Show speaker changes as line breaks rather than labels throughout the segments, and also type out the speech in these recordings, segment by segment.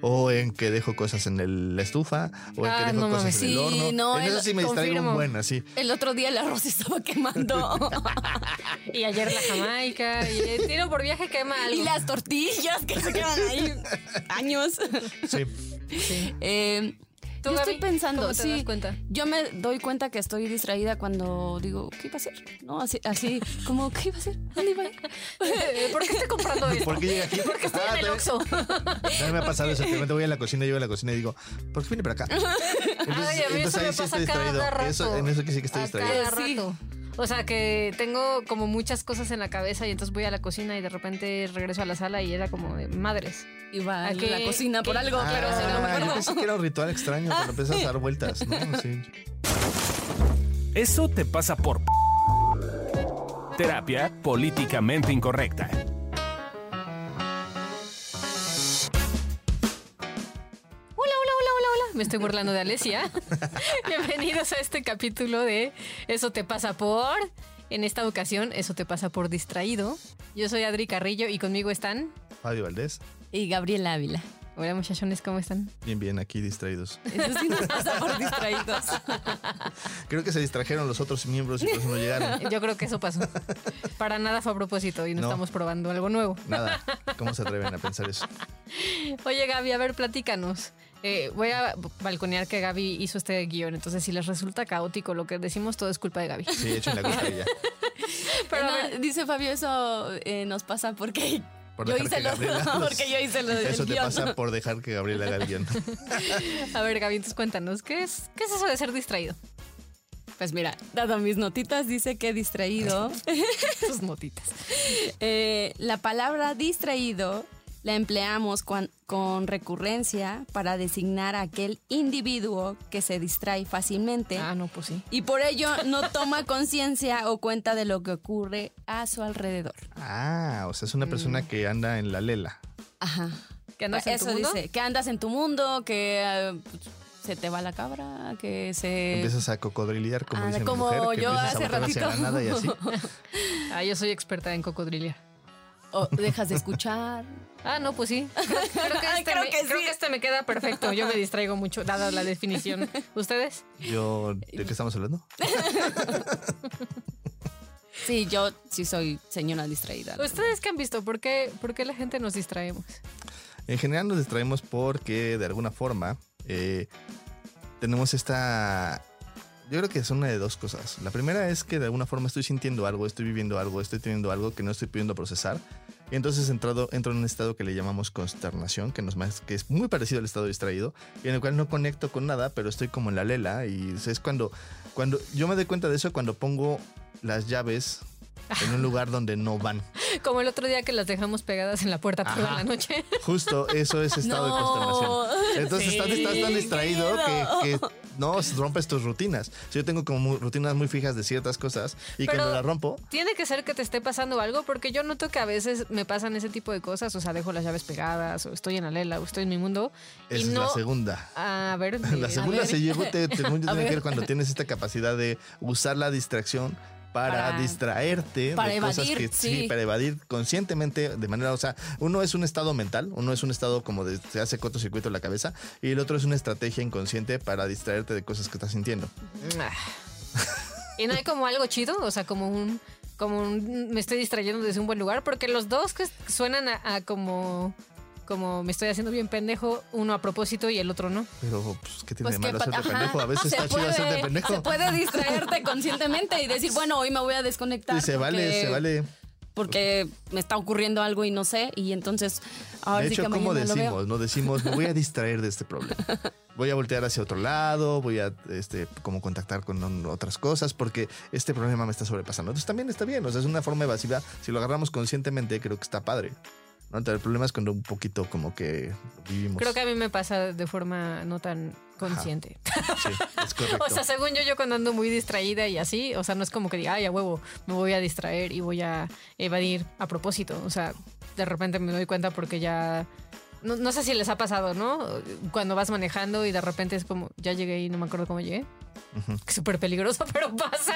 o en que dejo cosas en el- la estufa, o en
Ah,
que dejo
no
cosas
mames.
en el
Sí,
horno.
no,
en eso
el-
sí me distraigo
confirmo.
un buen, así.
El otro día el arroz estaba quemando.
Y ayer la Jamaica. Y el tiro por viaje quema algo.
y las tortillas que se quedan ahí años.
Sí.
Eh,
¿Tú,
yo estoy
Gaby,
pensando,
cómo te
sí,
das cuenta?
yo me doy cuenta que estoy distraída cuando digo, ¿qué iba a hacer? No, así, así como, ¿qué iba a hacer? ¿Dónde iba a ir?
Eh, ¿Por qué estoy comprando esto?
¿Por qué llegué aquí? Porque
estoy en el Oxxo.
me ha pasado eso. que De repente voy a la cocina, llego a la cocina y digo, ¿por qué vine para acá?
Ay, a mí eso me pasa cada rato.
Eso, en eso que sí que estoy
A
distraído.
Cada
Sí.
rato. O sea, que tengo como muchas cosas en la cabeza y entonces voy a la cocina y de repente regreso a la sala y era como de madres.
Iba a
¿A qué-
la cocina por
qué-
algo,
Ah,
pero no me
yo
acuerdo.
pensé que era un ritual extraño cuando empiezas a dar vueltas, ¿no? Sí.
Eso te pasa por terapia políticamente incorrecta.
Hola, hola, hola, hola, hola. Me estoy burlando de Alesia. Bienvenidos a este capítulo de Eso te pasa por. En esta ocasión, Eso te pasa por distraído. Yo soy Adri Carrillo y conmigo están.
Fabio Valdés,
Y Gabriel Ávila.
Hola, muchachones, ¿cómo están?
bien, bien, aquí distraídos.
Eso sí nos pasa por distraídos.
Creo que se distrajeron los otros miembros y por eso no llegaron.
Yo creo que eso pasó. Para nada fue a propósito y no,
No.
estamos probando algo nuevo.
Nada, ¿cómo se atreven a pensar eso?
Oye, Gaby, a ver, platícanos. Eh, voy a balconear que Gaby hizo este guión, entonces si les resulta caótico lo que decimos, todo es culpa de Gaby.
Sí, echen la culpa y ya.
Pero a
Eh, no,
ver,
dice Fabio, eso eh, nos pasa porque
Por
yo
dejar
hice
que
lo,
Gabriela los-
porque yo hice lo del
Eso te
guión.
pasa por dejar que Gabriel haga el guión.
a ver, Gaby, entonces cuéntanos, ¿qué es, ¿qué es eso de ser distraído?
Pues mira, dado mis notitas, dice que distraído.
Sus notitas.
Eh, la palabra distraído la empleamos cuan- con recurrencia para designar a aquel individuo que se distrae fácilmente
Ah, no, pues sí.
y por ello no toma conciencia o cuenta de lo que ocurre a su alrededor.
Ah, o sea,
Mm.
es una persona que anda en la lela.
Ajá.
¿Que andas en tu
Eso
mundo?
dice, que andas en tu mundo, que eh, pues, se te va la cabra, que se...
Empiezas a cocodrilear, como
ah,
dicen
como
mujer, que
yo
empiezas a
hace
botar hacia la
ratito.
nada y así.
Ah, yo soy experta en cocodrilia.
o dejas de escuchar.
Ah, no, pues sí. Creo, creo que,
Ay,
este
creo
me,
que
creo
sí.
que este me queda perfecto. Yo me distraigo mucho, dada la definición. ¿Ustedes?
Yo, ¿de qué estamos hablando?
Sí, yo sí soy señora distraída. la
¿Ustedes qué han visto? ¿Por qué, por qué la gente nos distraemos?
En general nos distraemos porque de alguna forma eh, tenemos esta... Yo creo que es una de dos cosas. La primera es que de alguna forma estoy sintiendo algo, estoy viviendo algo, estoy teniendo algo que no estoy pudiendo procesar. Y entonces entrado, entro en un estado que le llamamos consternación, que, nos, más- que es muy parecido al estado distraído, y en el cual no conecto con nada, pero estoy como en la lela. Y es cuando, cuando yo me doy cuenta de eso cuando pongo las llaves en un lugar donde no van.
Como el otro día que las dejamos pegadas en la puerta toda
Ajá.
la noche.
Justo eso es estado de
No.
consternación. Entonces
Sí,
estás, estás tan
qué
distraído
miedo.
que, que no rompes tus rutinas. Si yo tengo como mu- rutinas muy fijas de ciertas cosas y
Pero-
cuando las rompo,
Tiene que ser que te esté pasando algo, porque yo noto que a veces me pasan ese tipo de cosas. O sea, dejo las llaves pegadas, o estoy en la lela, o estoy en mi mundo.
esa es
y no.
la segunda.
A ver.
La
eh,
segunda
a ver.
se llevó, te, te- tiene que
ver.
ver cuando tienes esta capacidad de usar la distracción para,
Para-
distraerte
para
de cosas
evadir,
que
sí.
para evadir conscientemente de manera, o sea, uno es un estado mental, uno es un estado como de se hace cortocircuito en la cabeza y el otro es una estrategia inconsciente para distraerte de cosas que estás sintiendo.
Ah. Y no hay como algo chido, o sea, como un. Como un- me estoy distrayendo desde un buen lugar, porque los dos que suenan a, a como. Como me estoy haciendo bien pendejo, uno a propósito y el otro no.
Pero, pues, ¿qué tiene de
que
malo
pa-
hacerte
ajá,
pendejo? A veces
se
está chido
puede-
hacerte pendejo.
Se puede distraerte conscientemente y decir, bueno, hoy me voy a desconectar.
Y se vale,
porque-
se vale.
Porque me está ocurriendo algo y no sé. Y entonces, ahora
de
sí que
hecho, ¿cómo
mañana lo veo.
decimos? No decimos, me voy a distraer de este problema. Voy a voltear hacia otro lado, voy a este, como contactar con un- otras cosas, porque este problema me está sobrepasando. Entonces también está bien, o sea, es una forma evasiva. Si lo agarramos conscientemente, creo que está padre. ¿no? Entonces, el problema es cuando un poquito como que vivimos.
Creo que a mí me pasa de forma no tan consciente.
Sí, es correcto.
O sea, según yo, yo cuando ando muy distraída y así, o sea, no es como que diga, ay, a huevo, me voy a distraer y voy a evadir a propósito. O sea, de repente me doy cuenta porque ya. No, no sé si les ha pasado, ¿no? Cuando vas manejando y de repente es como, ya llegué y no me acuerdo cómo llegué. súper peligroso, pero pasa.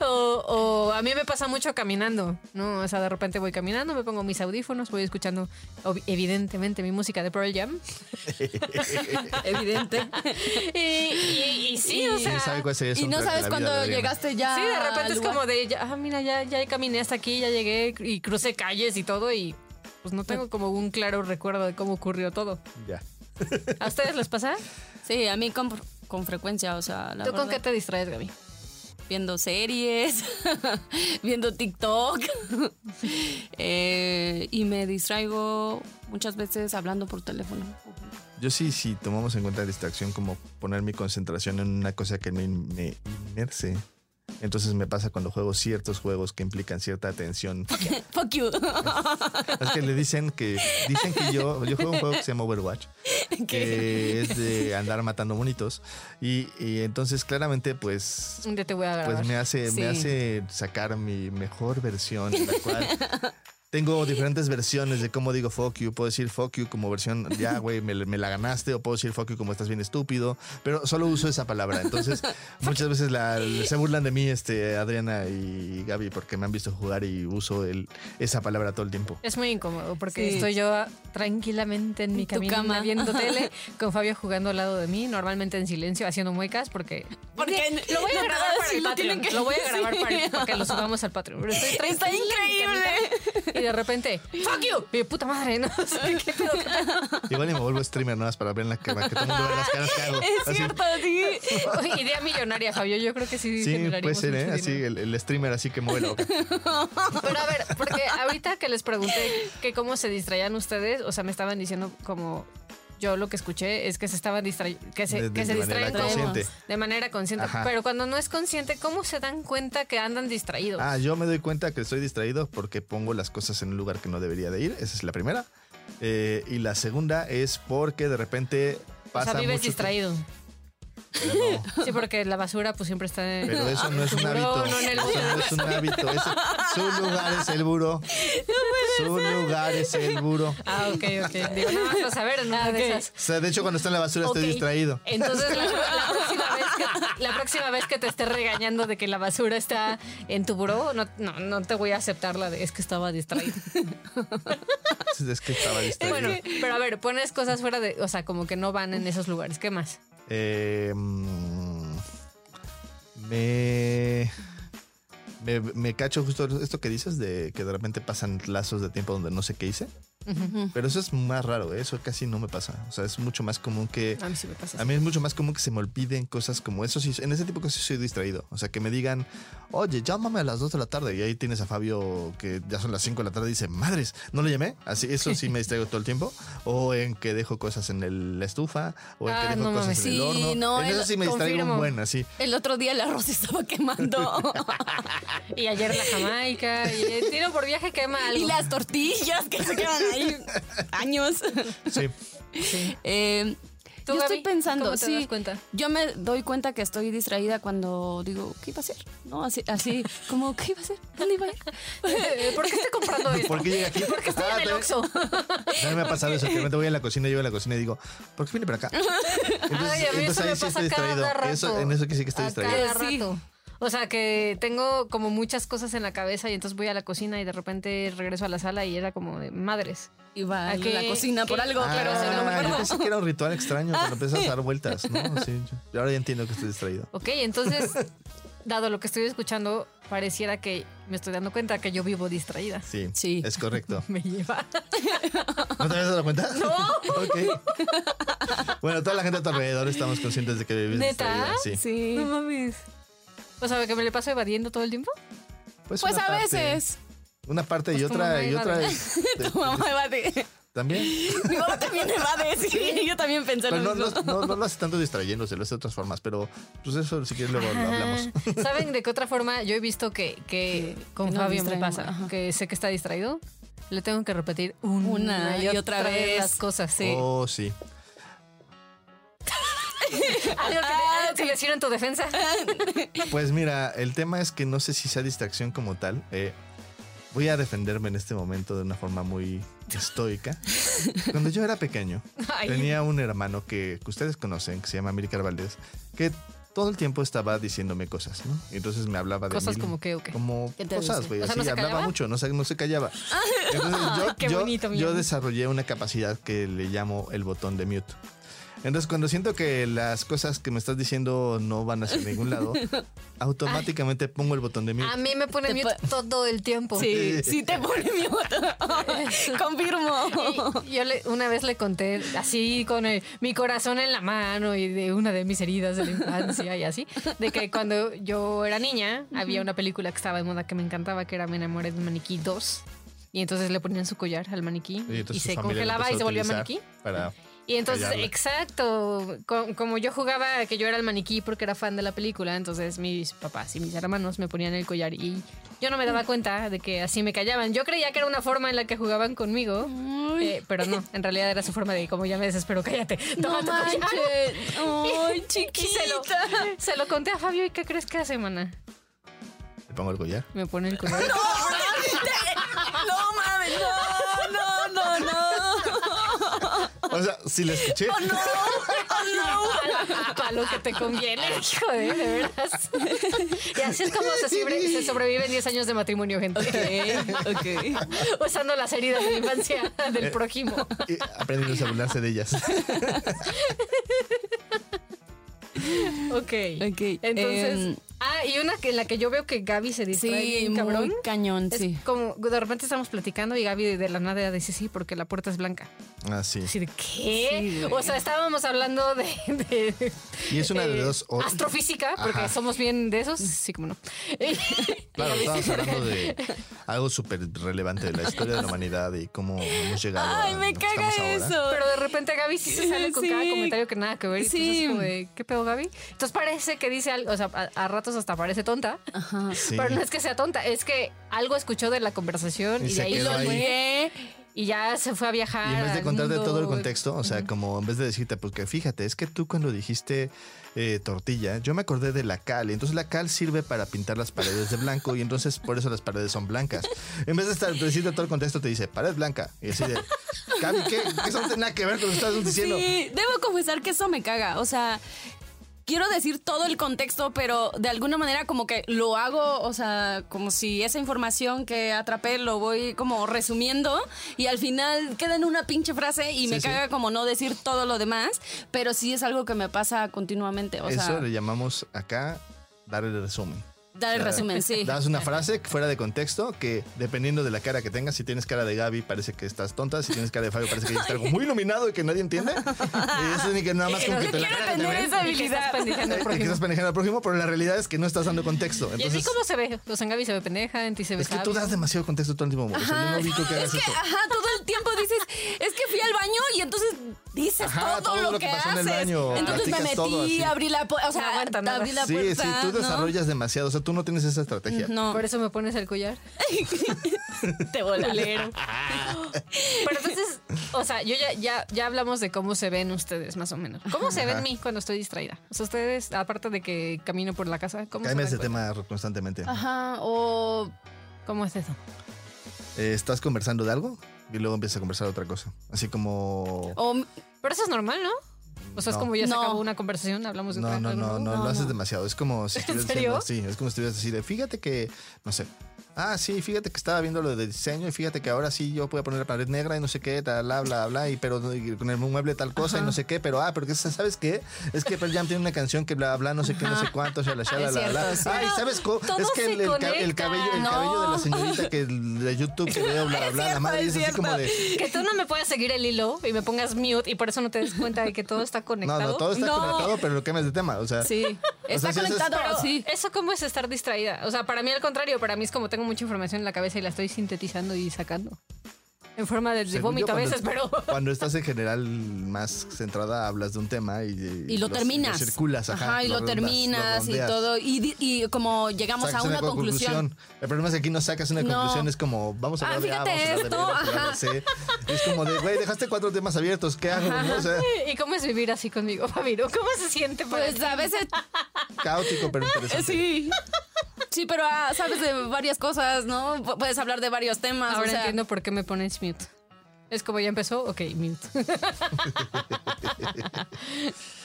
o, o a mí me pasa mucho caminando, ¿no? O sea, de repente voy caminando, me pongo mis audífonos, voy escuchando, ob- evidentemente, mi música de Pearl Jam.
Evidente.
Y, y- y sí, o
Y-
sea.
¿Quién sabe cuál sería el
y no
soundtrack de la
sabes
vida de
cuándo
Adriana?
llegaste ya.
Sí, de repente
al
es
lugar.
como de, ya, ah, mira, ya, ya caminé hasta aquí, ya llegué y crucé calles y todo y pues no tengo como un claro recuerdo de cómo ocurrió todo.
Ya.
¿A ustedes les pasa?
Sí, a mí con, con frecuencia, o sea, la
¿Tú con qué
verdad,
te distraes, Gaby?
viendo series, viendo TikTok. Eh, y me distraigo muchas veces hablando por teléfono.
Yo sí, si tomamos en cuenta la distracción como poner mi concentración en una cosa que me, me inmerse. Entonces me pasa cuando juego ciertos juegos que implican cierta atención.
Fuck you.
Es que le dicen que dicen que yo yo juego un juego que se llama Overwatch, que es de andar matando monitos y, y entonces claramente pues
Un día te voy a grabar.
pues me hace
Sí.
me hace sacar mi mejor versión, la cual tengo diferentes versiones de cómo digo fuck you, puedo decir fuck you como versión ya güey, me, me la ganaste o puedo decir fuck you como estás bien estúpido, pero solo uso esa palabra. Entonces, muchas veces la- se burlan de mí este Adriana y Gaby porque me han visto jugar y uso el, esa palabra todo el tiempo.
Es muy incómodo porque
Sí.
estoy yo tranquilamente en mi
En tu
camina
cama.
viendo tele con Fabio jugando al lado de mí, normalmente en silencio, haciendo muecas porque...
Porque
Lo voy a
no te
grabar
vas
para
y
el
lo
Patreon.
tienen que-
Lo voy a grabar para,
Sí.
para que lo subamos al Patreon. Pero estoy
Está
tranquila en mi
increíble.
camita Y de repente, ¡fuck you! Y yo, puta madre, no sé qué pedo, qué pedo.
Igual y me vuelvo streamer nada más para ver en la cámara que todo el mundo ve las caras que hago.
Es
Así.
cierto, sí.
Uy, Idea millonaria, Fabio. Yo creo que sí,
Sí,
generaríamos
puede ser,
mucho
¿eh? Así,
dinero.
el, el streamer así que mueve la boca.
Pero a ver, porque ahorita que les pregunté que cómo se distraían ustedes, o sea, me estaban diciendo como yo lo que escuché es que se estaban distrayendo, que se,
De- de-
que se
de manera
distraen como
consciente.
de manera consciente.
Ajá.
Pero cuando no es consciente, ¿cómo se dan cuenta que andan distraídos?
Ah, yo me doy cuenta que estoy distraído porque pongo las cosas en un lugar que no debería de ir. Esa es la primera. Eh, y la segunda es porque de repente
o
pasa
sea, vives
mucho-
distraído.
Pero no,
Sí, porque la basura pues siempre está en...
pero eso no es un
No,
hábito.
no, en el
eso no es un hábito. Eso- su lugar es el buró. Su lugar es el buró.
Ah, ok, ok. Digo, nada más para saber, en una de esas.
O sea, de hecho, cuando está en la basura
Ok.
estoy distraído.
Entonces, la, la próxima vez que, la próxima vez que te esté regañando de que la basura está en tu buró, no, no, no te voy a aceptar la de es que estaba distraído.
Es que estaba distraído.
Bueno, pero a ver, pones cosas fuera de. O sea, como que no van en esos lugares. ¿Qué más?
Eh, mm, me, me. me cacho justo esto que dices de que de repente pasan lazos de tiempo donde no sé qué hice. Pero eso es más raro, ¿eh? eso casi no me pasa. O sea, es mucho más común que.
A mí sí me pasa.
A mí es mucho más común que se me olviden cosas como eso. Sí, en ese tipo de cosas soy distraído. O sea, que me digan, oye, llámame a las 2 de la tarde. Y ahí tienes a Fabio que ya son las 5 de la tarde y dice, madres, no le llamé. Así, eso sí me distraigo todo el tiempo. O en que dejo cosas en el- la estufa. O en
Ah,
que dejo
no
cosas en
mames.
el
Sí,
horno.
no,
en eso
el-
sí me distraigo
confirmo.
un buen, así.
El otro día el arroz estaba quemando.
Y ayer la Jamaica, y el tiro por viaje quema algo.
y las tortillas que se quedan ahí años.
Sí.
Eh,
¿Tú,
yo
Gaby,
estoy pensando,
¿cómo te
sí,
das cuenta?
yo me doy cuenta que estoy distraída cuando digo, ¿qué iba a hacer? No, así, así como, ¿qué iba a hacer? ¿Dónde iba a ir?
¿Por qué estoy comprando esto?
¿Por qué llegué aquí?
Porque estoy
Ah,
en el
también-
Oxxo.
No me ha pasado eso, que de repente voy a la cocina, llego a la cocina y digo, ¿por qué vine para acá? Entonces,
Ay, a mí
entonces
eso me pasa cada rato.
Eso, en eso que sí que estoy
A
distraído.
Cada
Sí.
rato. Eh, O sea, que tengo como muchas cosas en la cabeza y entonces voy a la cocina y de repente regreso a la sala y era como de madres.
Iba a
¿A qué-
la cocina por
qué?
algo, pero
Ah,
o sea, no me
yo
acuerdo.
pensé que era un ritual extraño
Ah,
cuando empiezas a dar vueltas, ¿no? Sí, yo- yo ahora ya entiendo que estoy distraído.
Ok, entonces, dado lo que estoy escuchando, pareciera que me estoy dando cuenta que yo vivo distraída.
Sí,
Sí.
es correcto.
Me lleva.
¿No te habías dado cuenta? No. Bueno, toda la gente a tu alrededor estamos conscientes de que vives
¿Neta?
distraída. Sí.
Sí.
No mames. O sea, que me le paso evadiendo todo el tiempo.
Pues
una
a
parte-
veces.
Una parte
Pues
y
tu
otra
mamá
y otra
evade.
es.
Tu mamá evade.
También.
Mi mamá también evade, sí. Yo también pensé
Pero no,
lo
no,
mismo.
no, no lo hace tanto distrayéndose, lo hace de otras formas. Pero pues eso si quieres luego lo hablamos.
Ajá. ¿Saben de qué otra forma? Yo he visto que, que con
que nos
Fabio me
distraemos,
pasa,
ajá.
que sé que está distraído. Le tengo que repetir una, y otra, vez. las cosas, sí.
Oh, sí.
Algo que, algo que decir en tu defensa.
Pues mira, el tema es que no sé si sea distracción como tal. Eh, voy a defenderme en este momento de una forma muy estoica. Cuando yo era pequeño,
Ay.
tenía un hermano que, que ustedes conocen, que se llama Amílcar Valdés, que todo el tiempo estaba diciéndome cosas, ¿no? Y entonces me hablaba de
Cosas
mil-
como que, o qué.
como
¿Qué te
cosas,
dice?
güey.
O sea,
así
¿no se
hablaba
callaba? Ah,
mucho, no se, no se callaba. Entonces yo,
qué
yo-
bonito, mi
yo
amor.
desarrollé una capacidad que le llamo el botón de mute. Entonces, cuando siento que las cosas que me estás diciendo no van hacia ningún lado, automáticamente pongo el botón de mute.
A mí me ponen
Te
mute todo el tiempo.
Sí, sí te pone mi voto. Confirmo.
Y Yo le- una vez le conté así con el- mi corazón en la mano y de una de mis heridas de la infancia y así, de que cuando yo era niña había una película que estaba de moda que me encantaba que era Me enamoré de un maniquí 2 y entonces le ponían su collar al maniquí
Y
y,
entonces su
se
familia lo
congelaba y
empezó
se volvía
utilizar
maniquí.
Para
Y entonces,
callarla.
exacto, co- como yo jugaba que yo era el maniquí porque era fan de la película, entonces mis papás y mis hermanos me ponían el collar y yo no me daba cuenta de que así me callaban. Yo creía que era una forma en la que jugaban conmigo. Eh, pero no, en realidad era su forma de como ya me desespero, cállate.
No
Toma tu collar".
manches. Ay,
Y se lo,
chiquita.
se lo conté a Fabio y ¿qué crees que hace, mana?
le pongo el collar.
Me pone el collar.
No mames, no, no, no, no.
O sea, si le escuché.
Oh, Para lo que te conviene, hijo de, de veras. Y así es como se, sobre- se sobreviven 10 años de matrimonio, gente.
Ok, ok.
Usando las heridas de la infancia del prójimo.
Y aprendiendo a burlarse de ellas.
Ok.
Ok,
Entonces.
em.
ah, y una que, en la que yo veo que Gaby se distrae
Sí,
bien, cabrón.
muy cañón,
Es
sí.
como de repente estamos platicando y Gaby de la nada dice sí porque la puerta es blanca.
Así.
Así de
Sí,
qué?
güey.
o sea, estábamos hablando de, de-
Y es una de
eh,
dos. o-
astrofísica, porque
Ajá.
somos bien de esos. Sí, como no.
Claro, estábamos hablando de algo súper relevante de la historia de la humanidad y cómo hemos llegado.
Ay,
a
me
donde estamos
caga
ahora.
eso.
Pero de repente Gaby sí se sale con
Sí.
cada comentario que nada que ver. y
Sí.
entonces es como de, ¿qué pedo, Gaby? Entonces parece que dice algo, o sea, a, a ratos hasta parece tonta.
Ajá.
Sí.
Pero no es que sea tonta, es que algo escuchó de la conversación
Y
y,
se
de ahí
quedó
lo
ahí.
lié y ya se fue a viajar.
Y en vez de
al
contarte
mundo.
todo el contexto, o sea, como en vez de decirte, porque fíjate, es que tú cuando dijiste eh, tortilla, yo me acordé de la cal. y entonces la cal sirve para pintar las paredes de blanco y entonces por eso las paredes son blancas. En vez de estar decirte todo el contexto, te dice pared blanca. Y así de, Gaby, ¿qué? ¿Qué eso no tiene nada que ver con lo que estás diciendo?
Sí, debo confesar que eso me caga. O sea, quiero decir todo el contexto, pero de alguna manera como que lo hago, o sea, como si esa información que atrapé lo voy como resumiendo y al final queda en una pinche frase y
Sí,
me
sí.
caga como no decir todo lo demás, pero sí es algo que me pasa continuamente. O
eso
sea,
le llamamos acá dar el resumen.
dar el
o sea,
resumen, sí.
Das una frase fuera de contexto que dependiendo de la cara que tengas, si tienes cara de Gaby parece que estás tonta, si tienes cara de Fabio parece que está algo muy iluminado y que nadie entiende. Y eso ni que nada más
Y
con
no
que
se
te la
quiere
cara te
aprender
ven,
esa
Y que estás
habilidad.
pendejando,
eh,
por
que
ejemplo.
estás pendejando al prójimo, pero la realidad es que no estás dando contexto.
Y así
Entonces,
como se ve, o sea, en Gaby se ve pendeja, en ti se ve
es que tú
sabia.
das demasiado contexto todo el tiempo. amor. O sea, yo no vi que hagas eso.
Ajá, todo el tiempo dices, es que fui al baño y entonces dices
Ajá,
todo, lo, que,
pasó en el
haces.
baño,
entonces me
platicas
metí,
todo así.
abrí la puerta, o sea,
No aguanta nada.
abrí la
Sí,
puerta.
sí, tú
¿no?
desarrollas demasiado. O sea, tú no tienes esa estrategia.
No,
Por eso me pones el collar.
te volaré.
Culero. Pero entonces, o sea, yo ya, ya, ya hablamos de cómo se ven ustedes, más o menos. ¿Cómo se ven mí cuando estoy distraída? O sea, ustedes, aparte de que camino por la casa, ¿cómo se
Cambias de
dan cuenta? Ah.
tema constantemente.
Ajá, o
¿Cómo es eso?
Eh, estás conversando de algo y luego empiezas a conversar de otra cosa. Así como...
o
Pero eso es normal, ¿no? O sea, es
No.
como ya se
No.
acabó una conversación, hablamos de
No,
otra-
no,
algo
no, no,
nuevo.
lo
No,
haces
no.
demasiado. Es como si estuvieras
serio?
diciendo, sí, es como si estuvieras así de, fíjate que, no sé. Ah, sí, fíjate que estaba viendo lo de diseño y fíjate que ahora sí yo voy a poner la pared negra y no sé qué, tal, bla, bla, bla, y pero y con el mueble tal cosa y no sé qué, pero ah, pero que ¿sabes qué? Es que Pearl Jam tiene una canción que bla, bla, no sé qué, no sé cuánto, shala, shala,
Es
bla, bla.
cierto, sí.
Ay, ¿sabes cómo?
Todo
Es que
se
el, el ca- el
conecta.
cabello, el
No.
cabello de la señorita que de YouTube que veo, bla, bla, bla, la madre es así como de...
Que tú no me puedas seguir el hilo y me pongas mute y por eso no te des cuenta de que todo está
No,
conectado.
no, todo está
No.
conectado, pero lo cambias de tema, o sea...
sí, está
si haces-
conectado,
Pero
Ah, sí.
eso cómo es estar distraída. O sea, para mí al contrario, para mí es como tengo mucha información en la cabeza y la estoy sintetizando y sacando. En forma de, de
Según yo,
vómito a
cuando-
veces, pero...
Cuando estás en general más centrada, hablas de un tema y,
Y lo terminas.
circulas, ajá.
y lo,
redondas,
terminas y
redondeas.
todo. Y, di- y como llegamos
Sacas
a una, conclusión.
El problema es que aquí no sacas una
No.
conclusión, es como, vamos a
Ah,
hablar de A, vamos a
fíjate
hablar de B, vamos a hablar de C. Es como de, güey, dejaste cuatro temas abiertos, ¿qué hago? No? O sea,
¿Y cómo es vivir así conmigo, Fabiro? ¿Cómo se siente? para
Pues
ti?
a veces
caótico, pero interesante.
sí. Sí, pero ah, sabes de varias cosas, ¿no? P- Puedes hablar de varios temas.
ah, Ahora
o sea,
entiendo por qué me pones mute. Es como ya empezó, ok, mute.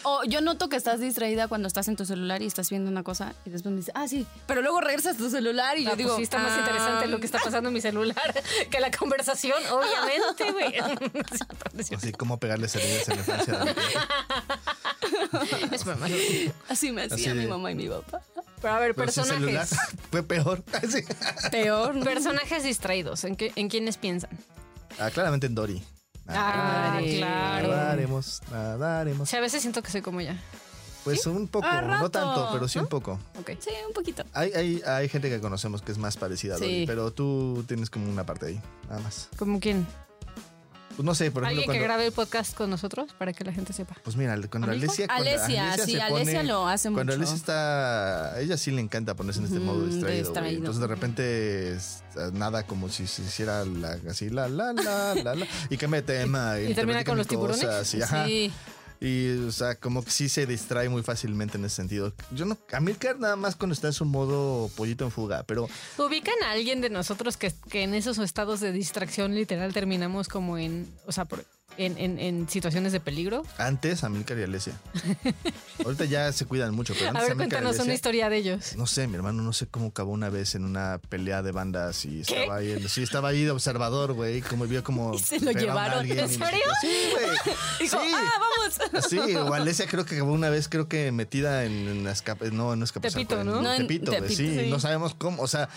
o yo noto que estás distraída cuando estás en tu celular y estás viendo una cosa y después me dices, ah, sí, pero luego regresas a tu celular y
Ah,
yo
pues
digo,
sí está más
ah,
interesante lo que está pasando en mi celular que la conversación, obviamente, güey. Sí, pero es cierto.
Así como pegarle cerillas en la infancia.
Es broma.
Así "Ah, me hacía
Así de-
mi mamá y mi papá.
Pero a ver,
Pero sin Pues, celular
personajes.
fue peor. Ah, Sí.
Peor. ¿no?
Personajes distraídos, ¿en, qué- en quiénes piensan?
Ah, claramente en Dory.
Ah,
Madre.
claro.
Nadaremos,
O
nadaremos.
sea, a veces siento que soy como ella.
Pues un poco,
Ah,
no
rato,
tanto, pero sí un
¿no?
poco.
Ok.
Sí, un poquito.
Hay, hay, hay gente que conocemos que es más parecida a Dory,
Sí.
pero tú tienes como una parte ahí, nada más.
¿Como quién?
Pues no sé, por ejemplo,
Alguien
cuando.
que grabe el podcast con nosotros para que la gente sepa.
Pues mira, cuando
¿Amigo?
Alesia. Cuando
Alesia, sí,
se
Alesia lo hace
Cuando
mucho.
Alesia está. A ella sí le encanta ponerse en este
Ujú,
modo distraído. güey.
distraído.
Entonces de repente es, ah, nada como si se hiciera la, así la, la, la, la, la. Y cambia de tema.
Y
te
termina
platican
con los tiburones.
cosas, y, ajá.
Sí.
Y, o sea, como que sí se distrae muy fácilmente en ese sentido. Yo no. A Milcar nada más cuando está en su modo pollito en fuga, pero.
¿Ubican a alguien de nosotros que, que en esos estados de distracción literal terminamos como en, o sea, por- en, en- en situaciones de peligro?
Antes Amilcar y Alesia. Ahorita ya se cuidan mucho, pero antes
a ver,
Amilcar y
cuéntanos una
Alesia-
historia de ellos.
No sé, mi hermano, no sé cómo acabó una vez en una pelea de bandas y
¿Qué?
estaba ahí, en- sí, estaba ahí de observador, güey, como vio como
Y se lo
pegaban a
llevaron.
alguien
¿En
y-
serio?
Sí, güey.
Dijo,
Sí.
ah, vamos.
Sí, o Alesia creo que acabó una vez, creo que metida en, en escapa- no, no escapazón,
Tepito,
en-
¿no?
en
No, en
Tepito, güey,
Tepito,
sí,
sí.
no sabemos cómo, o sea,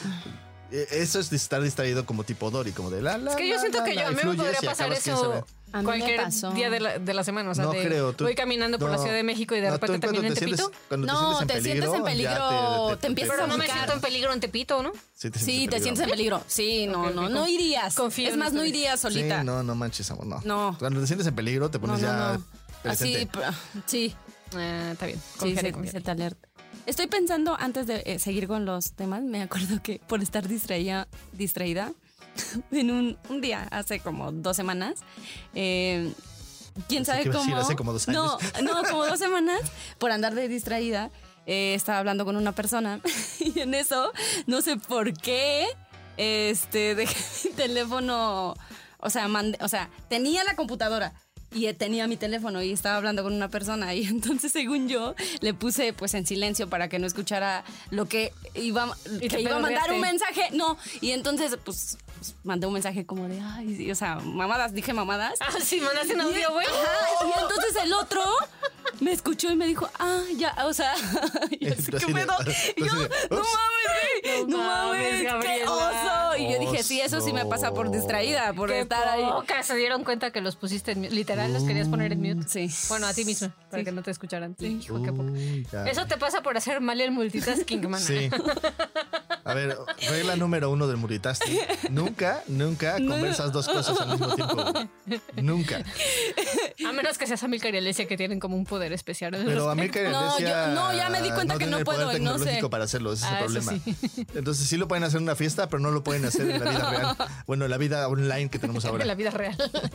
eh, eso es de estar distraído como tipo Dory, como de la la.
Es que yo
la,
siento
la,
que
la,
yo, a
y
mí me
fluyes
podría
y
pasar
acabas, quién
eso
sabe.
A mí me
cualquier
pasó.
día de la, de la semana. O sea,
no
de-
creo. tú-
voy caminando por la
no,
Ciudad de México y de
no, tú
repente también
cuando
en
te
Tepito.
sientes- cuando te
No,
sientes en
te sientes en
peligro, ya
peligro, te empiezas
Pero no me
Ubicar.
siento en peligro en Tepito, ¿no?
Sí, te
Sí,
en
te
peligro.
sientes en peligro. Sí, no,
Ok,
no,
ok,
no
con-
irías.
confío
es
en
más, no
ustedes.
irías solita.
Sí, no, no manches, amor, no.
No.
Cuando te sientes en peligro, te
pues
no,
pones
no,
ya.
no.
presente.
Así, pa- sí,
Ah, está bien.
sí,
Confiaré,
se-
confiaré.
se te alerta. Estoy pensando, antes de eh, seguir con los temas, me acuerdo que por estar distraída, distraída en un, un día, hace como dos semanas, eh, quién
Pensé que
sabe
ibas a decir
cómo...
hace como dos
No, no, como dos semanas, por andar de distraída, eh, estaba hablando con una persona y en eso, no sé por qué, este, dejé mi teléfono, o sea, mandé- o sea, tenía la computadora y eh, tenía mi teléfono y estaba hablando con una persona y entonces según yo le puse pues en silencio para que no escuchara lo que iba,
Y te
que iba a mandar un
pedorreaste.
mensaje, no, y entonces pues mandé un mensaje como de, ay, sí", o sea, mamadas, dije mamadas.
Ah, sí, mandaste un audio, güey. Oh.
Ajá, y entonces el otro me escuchó y me dijo, ah, ya, o sea, y
Eh,
así,
tú así
¿qué
de-
pedo? Y
tú
yo,
así
no
de,
mames,
"Ups".
güey,
No
no mames,
mames,
qué
Gabriela.
oso. Y yo dije, sí, eso sí me pasa
Oh.
por distraída, por
Qué
estar ahí.
poca, se dieron cuenta que los pusiste en mute. Literal, los querías poner en mute.
Sí.
Mm.
Bueno, a ti misma, para
Sí.
que no te escucharan.
Sí.
Hijo, qué poca.
Uy, ya.
Eso te pasa por hacer mal el multitasking, mana.
Sí.
¿eh?
A ver, regla número uno del multitasking. Nunca, nunca conversas dos cosas al mismo tiempo. güey. Nunca.
A menos que seas Amilcar y Alesia, que tienen como un poder especial. en
Pero a mí que
No,
decía,
yo- no, ya me di cuenta que
tiene
no
el poder
puedo y no sé.
tecnológico para hacerlo, ese es
Ah,
el
eso
problema. Entonces sí lo pueden hacer en una fiesta, pero no lo pueden hacer en la vida real. Bueno, la vida online que tenemos
los- en la
ahora.
vida real.
Suerte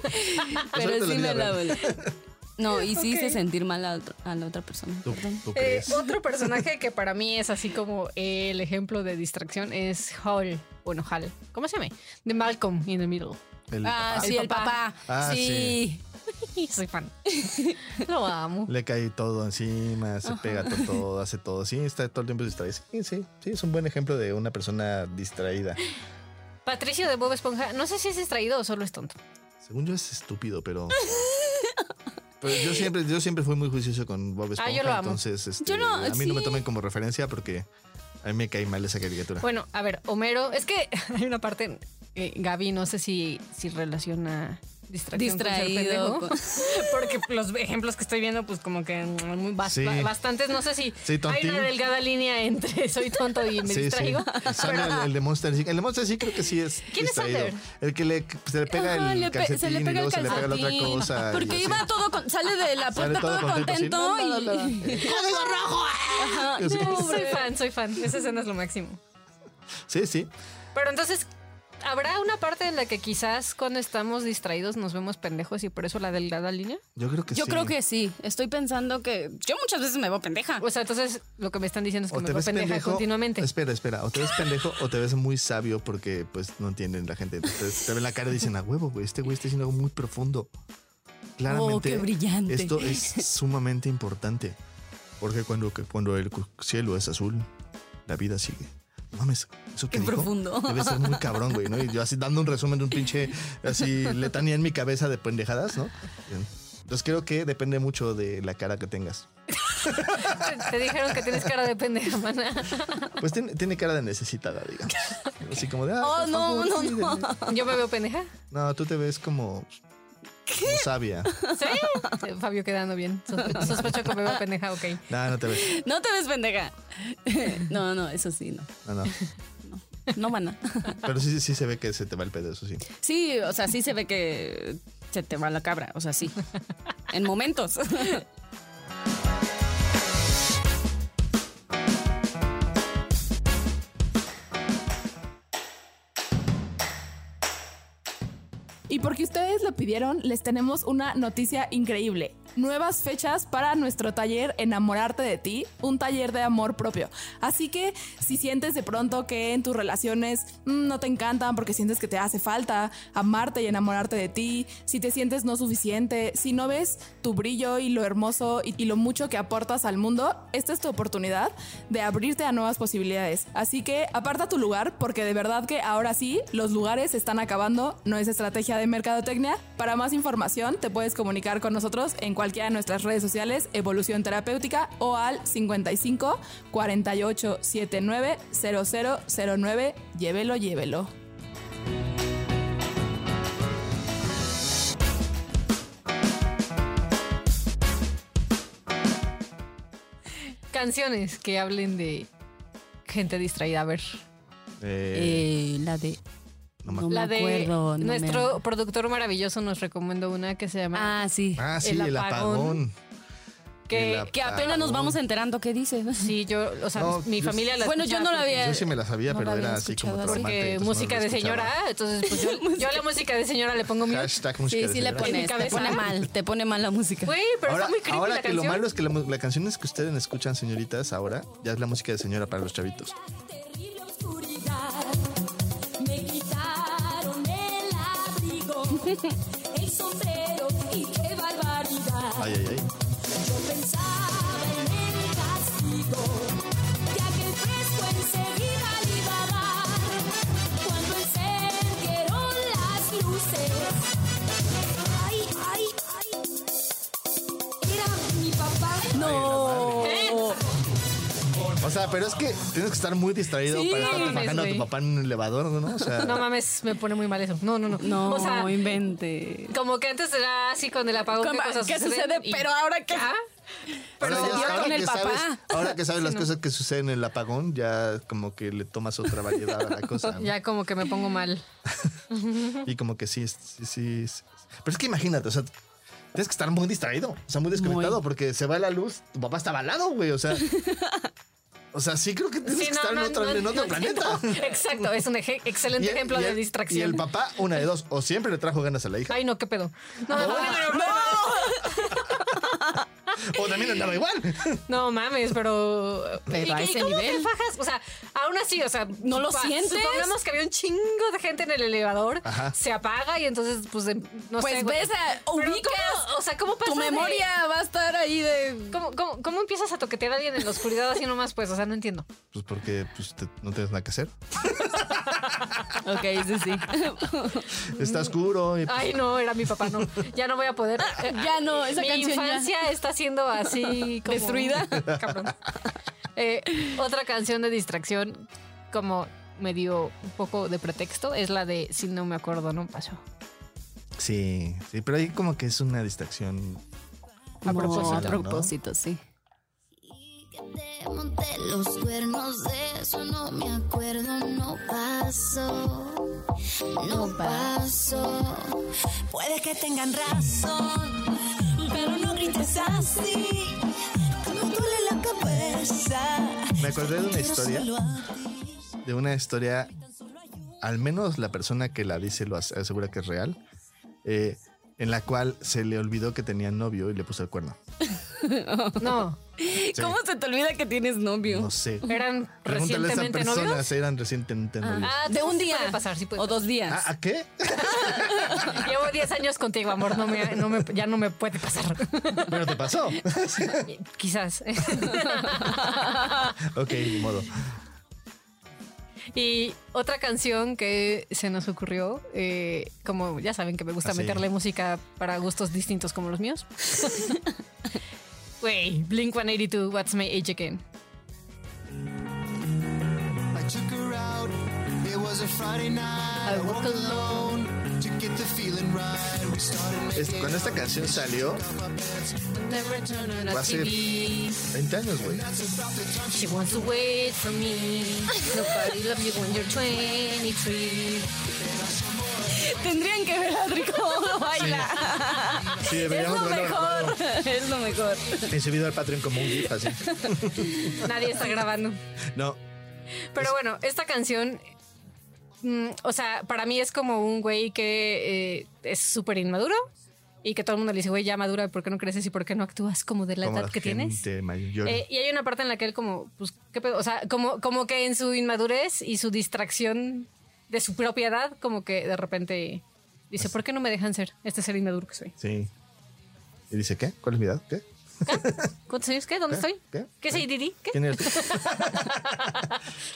Pero
la
sí
vida
me la
real.
No, y sí hice
Ok.
sentir mal a, otro- a la otra persona.
¿Tú, tú
Eh,
crees?
otro personaje que para mí es así como el ejemplo de distracción es Hall. Bueno, Hall. ¿Cómo se llama? De Malcolm in the Middle.
El
Ah,
papá.
sí, el papá.
Ah,
sí.
Soy fan. Lo amo.
Le cae todo encima, se pega con todo, hace todo. Sí, está todo el tiempo distraído. Sí, sí, sí, es un buen ejemplo de una persona distraída.
Patricio de Bob Esponja. No sé si es distraído o solo es tonto.
Según yo es estúpido, pero. Pero yo siempre, yo siempre fui muy juicioso con Bob Esponja.
Ah, yo lo amo.
Entonces, este,
Yo no-
a mí no me
sí.
tomen como referencia porque a mí me cae mal esa caricatura.
Bueno, a ver, Homero. Es que hay una parte. eh, Gaby, no sé si, si relaciona distracción con ser
Distraído.
pendejo. Porque los ejemplos que estoy viendo, pues como que mm, muy bas-
Sí.
ba- bastantes, no sé si
Sí,
hay
tontín.
una delgada línea entre soy tonto y me
Sí, sí.
distraigo.
Sale el, el de Monster Inc. El de Monster Inc. creo que sí es
¿Quién es
distraído.
Sander?
el que le, se le pega
Ajá,
el
le pe-
calcetín
se le
y
pega
luego
el
se le pega la otra
calcetín.
cosa. y
Porque
así.
iba todo, con- sale de la
Sale
puerta todo,
contento, así,
contento
la, la, la,
y...
la. Eh, ¡Código rojo!
Ajá,
Yo sí.
no,
Soy
hombre.
fan, soy fan. Esa escena es lo máximo.
Sí, sí.
Pero entonces, ¿habrá una parte en la que quizás cuando estamos distraídos nos vemos pendejos y por eso la delgada línea?
Yo creo que
Yo
sí.
creo que sí. Estoy pensando que yo muchas veces me veo pendeja.
Pues,
O sea, entonces lo que me están diciendo es que
O
me
te
veo
ves
pendeja
pendejo.
continuamente.
Espera, espera. O te ves pendejo o te ves muy sabio porque pues no entienden la gente. Entonces, te ven la cara y dicen, a huevo, güey, este güey está diciendo algo muy profundo. claramente.
Oh, qué brillante.
Esto es sumamente importante. Porque cuando, que- cuando el cu- cielo es azul, la vida sigue. No Mames, eso que
Qué
dijo
profundo.
Debe ser muy cabrón, güey, ¿no? Y yo así dando un resumen de un pinche así letanía en mi cabeza de pendejadas, ¿no? Bien. Entonces creo que depende mucho de la cara que tengas.
Te, te dijeron que tienes cara de pendeja, maná.
Pues tiene, tiene cara de necesitada, digamos. Así como de. "Ay,
Oh,
por
no,
favor,
no, no.
cuídenme".
Yo me veo pendeja.
No, tú te ves como. como sabia.
Sí. Eh, Fabio quedando bien. Sospe- Sospecho que me veo pendeja, ok.
No, no te ves.
No te ves pendeja. No, no, eso sí, no.
No, no.
No van a.
Pero sí, sí se ve que se te va el pedo, eso sí.
Sí, o sea, sí se ve que se te va la cabra, o sea, sí. En momentos.
Y porque ustedes lo pidieron, les tenemos una noticia increíble. Nuevas fechas para nuestro taller Enamorarte de ti, un taller de amor propio. Así que si sientes de pronto que en tus relaciones mm, no te encantan porque sientes que te hace falta amarte y enamorarte de ti, si te sientes no suficiente, si no ves tu brillo y lo hermoso y, y lo mucho que aportas al mundo, esta es tu oportunidad de abrirte a nuevas posibilidades. Así que aparta tu lugar porque de verdad que ahora sí los lugares se están acabando, no es estrategia de mercadotecnia. Para más información te puedes comunicar con nosotros en cualquiera de nuestras redes sociales Evolución Terapéutica o al 55 48 79 0009. Llévelo, llévelo.
Canciones que hablen de gente distraída. A ver.
Eh,
Eh, la de.
no me-
la de
acuerdo, no me-
nuestro productor maravilloso nos recomendó una que se llama
Ah, sí.
ah, sí, el,
el
apagón.
apagón. que,
el
Que apenas nos vamos enterando qué dice.
sí yo o sea
No,
mi
yo-
familia la
Bueno, yo no la
vi
había.
Yo sí me la sabía,
no
pero
la
era
había
así como
escuchado, así
traumante.
porque
entonces
música
no la
de
escuchaba.
¿ah?
señora entonces pues yo, yo a la música de señora le pongo mute
Hashtag música
Sí,
de
sí le
señora.
En
pones.
mi
Te
cabeza.
pone mal, te pone mal la música.
güey pero
Ahora,
está muy creepy
ahora
la
que lo
canción.
malo es que la, mu- la canción es que ustedes escuchan, señoritas, ahora ya es la música de señora para los chavitos.
Terrible oscuridad, me quitaron el abrigo, el sombrero y qué barbaridad.
Ay, ay, ay.
Yo pensaba en el castigo, que aquel fresco enseguida le iba a dar. Cuando encendieron las luces, ay, ay, ay, era mi papá.
No.
O sea, pero es que tienes que estar muy distraído
Sí,
para estar bajando a tu
güey.
papá en un elevador, ¿no? O sea,
no mames me pone muy mal eso no no no
No,
o sea
invente.
como que antes era así con el apagón
Como, ah,
qué cosas
¿qué
suceden?
sucede?
Y-
Pero ahora qué.
Ah,
ahora,
pero
ya-
yo
ahora
con
que
el
sabes,
papá.
ahora que sabes las cosas que suceden en el apagón, ya como que le tomas otra variedad a la cosa. ¿no?
ya como que me pongo mal
Y como que sí, es- sí, sí, es- Pero es que imagínate, o sea, tienes que estar muy distraído, o sea, muy desconectado, porque se va la luz, tu papá está balado, güey, o sea. O sea, sí creo que tienes
Sí,
que
no,
estar
no,
en, otro-
no,
en otro
no,
planeta.
no. exacto es un eje- excelente
Y-
ejemplo
y
de
el-
distracción
Y el papá, una de dos, o siempre le trajo ganas a la hija,
ay no qué pedo no, no, no, no, no.
o también andaba igual.
No mames, pero.
Pero a
¿Y- y
ese
cómo
nivel?
te fajas? O sea, aún así, o sea.
¿No lo
supa-
sientes?
Supongamos que había un chingo de gente en el elevador,
Ajá.
se apaga y entonces, pues, de- no
Pues
sé. güey.
ves a-
Pero
ubicas
¿cómo? o sea, ¿cómo pasa?
Tu
de-
memoria va a estar ahí de.
¿Cómo, cómo, cómo empiezas a toquetear a alguien en la oscuridad así nomás? Pues, o sea, no entiendo.
Pues porque pues, te- no tienes nada que hacer.
Ok, sí, sí.
Está oscuro y
Ay, no, era mi papá, no. Ya no voy a poder.
Ya no, esa
mi
canción ya.
infancia está siendo así como-
Destruida.
Cabrón. Eh, otra canción de distracción, como medio un poco de pretexto, es la de Si no me acuerdo, no pasó.
Sí, sí, pero ahí como que es una distracción.
A propósito.
a
¿no?
propósito, sí.
Y que te monté los cuernos, de eso no me acuerdo, no pasó, no pasó. Puede que tengan razón, pero no grites así, que me duele la cabeza.
Me acordé de una historia,
Solo a ti.
de una historia, al menos la persona que la dice lo as- asegura que es real, eh, en la cual se le olvidó que tenía novio y le puso el cuerno.
No,
Sí,
¿Cómo se te olvida que tienes novio?
No sé.
eran
Pregúntale a esa
recientemente
persona
novios.
si eran recientemente novios.
Ah,
de un día.
Puede pasar, sí puede
o
pasar.
dos días.
Ah, ¿A qué?
Llevo 10 años contigo, amor. No me, no me- ya no me puede pasar.
Pero te pasó.
Quizás.
ok, ni modo.
Y otra canción que se nos ocurrió, eh, como ya saben que me gusta
Ah, sí.
meterle música para gustos distintos como los míos. Wey, Blink 182, What's My Age Again.
I took her out. It was a Friday night. I walked alone to get the feeling right. We started
Es-
making
cuando esta canción salió, va a ser 20 años, güey.
She wants to wait for me. Nobody loves you when you're 23.
ah.
Tendrían que ver a Adri cómo baila.
Sí,
Es
deberíamos
lo
verlo grabado.
mejor. Es lo mejor.
Y subido al Patreon como un gif así.
Nadie está grabando.
No,
Pero bueno, esta canción, mm, o sea, para mí es como un güey que eh, es súper inmaduro y que todo el mundo le dice, güey, ya madura, ¿por qué no creces y por qué no actúas como de la
como
edad
la
que tienes?
gente mayor.
Eh, y hay una parte en la que él como, pues, ¿qué pedo? O sea, como, como que en su inmadurez y su distracción de su propia edad, como que de repente dice, ¿por qué no me dejan ser este ser inmaduro que soy?
Sí. Y dice, ¿qué? ¿Cuál es mi edad? ¿Qué?
¿Cuántos años qué? ¿Dónde
¿Qué?
estoy?
Eh. ¿Qué?
¿Qué, soy Didi? ¿Qué?
¿Quién eres tú?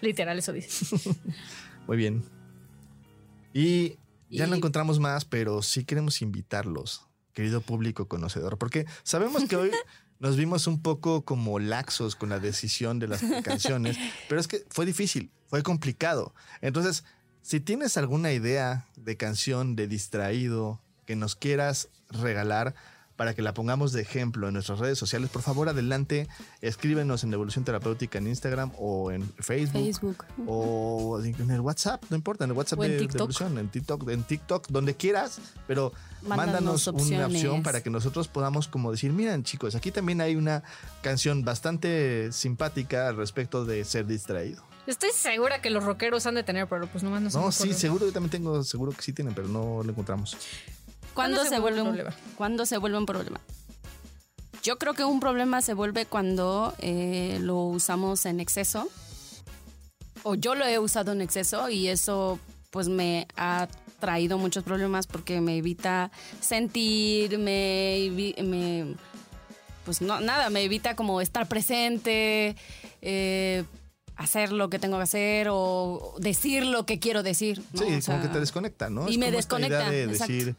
Literal, eso dice.
Muy bien. Y ya no
Y-
encontramos más, pero sí queremos invitarlos, querido público conocedor, porque sabemos que hoy nos vimos un poco como laxos con la decisión de las canciones, pero es que fue difícil, fue complicado. Entonces, si tienes alguna idea de canción de distraído que nos quieras regalar para que la pongamos de ejemplo en nuestras redes sociales, por favor, adelante, escríbenos en Evolución Terapéutica en Instagram o en
Facebook.
o en el WhatsApp, no importa, en el WhatsApp
O en
de, de
TikTok.
Evolución, en TikTok, en TikTok, donde quieras, pero mándanos,
Mándanos
una
opciones.
opción para que nosotros podamos como decir, miren chicos, aquí también hay una canción bastante simpática al respecto de ser distraído.
Estoy segura que los rockeros han de tener, pero pues nomás no se
No,
me
sí,
ocurre.
seguro yo también tengo, seguro que sí tienen, pero no lo encontramos.
¿Cuándo se vuelve un
problema?
¿Cuándo se vuelve un problema? Yo creo que un problema se vuelve cuando eh, lo usamos en exceso. O yo lo he usado en exceso y eso pues me ha traído muchos problemas porque me evita sentir, me, evi- me- pues no, nada, me evita como estar presente, eh, hacer lo que tengo que hacer o decir lo que quiero decir. ¿no?
Sí,
O
como
sea,
que te desconecta, ¿no?
y me
como esta
desconecta,
idea de
exacto.
decir,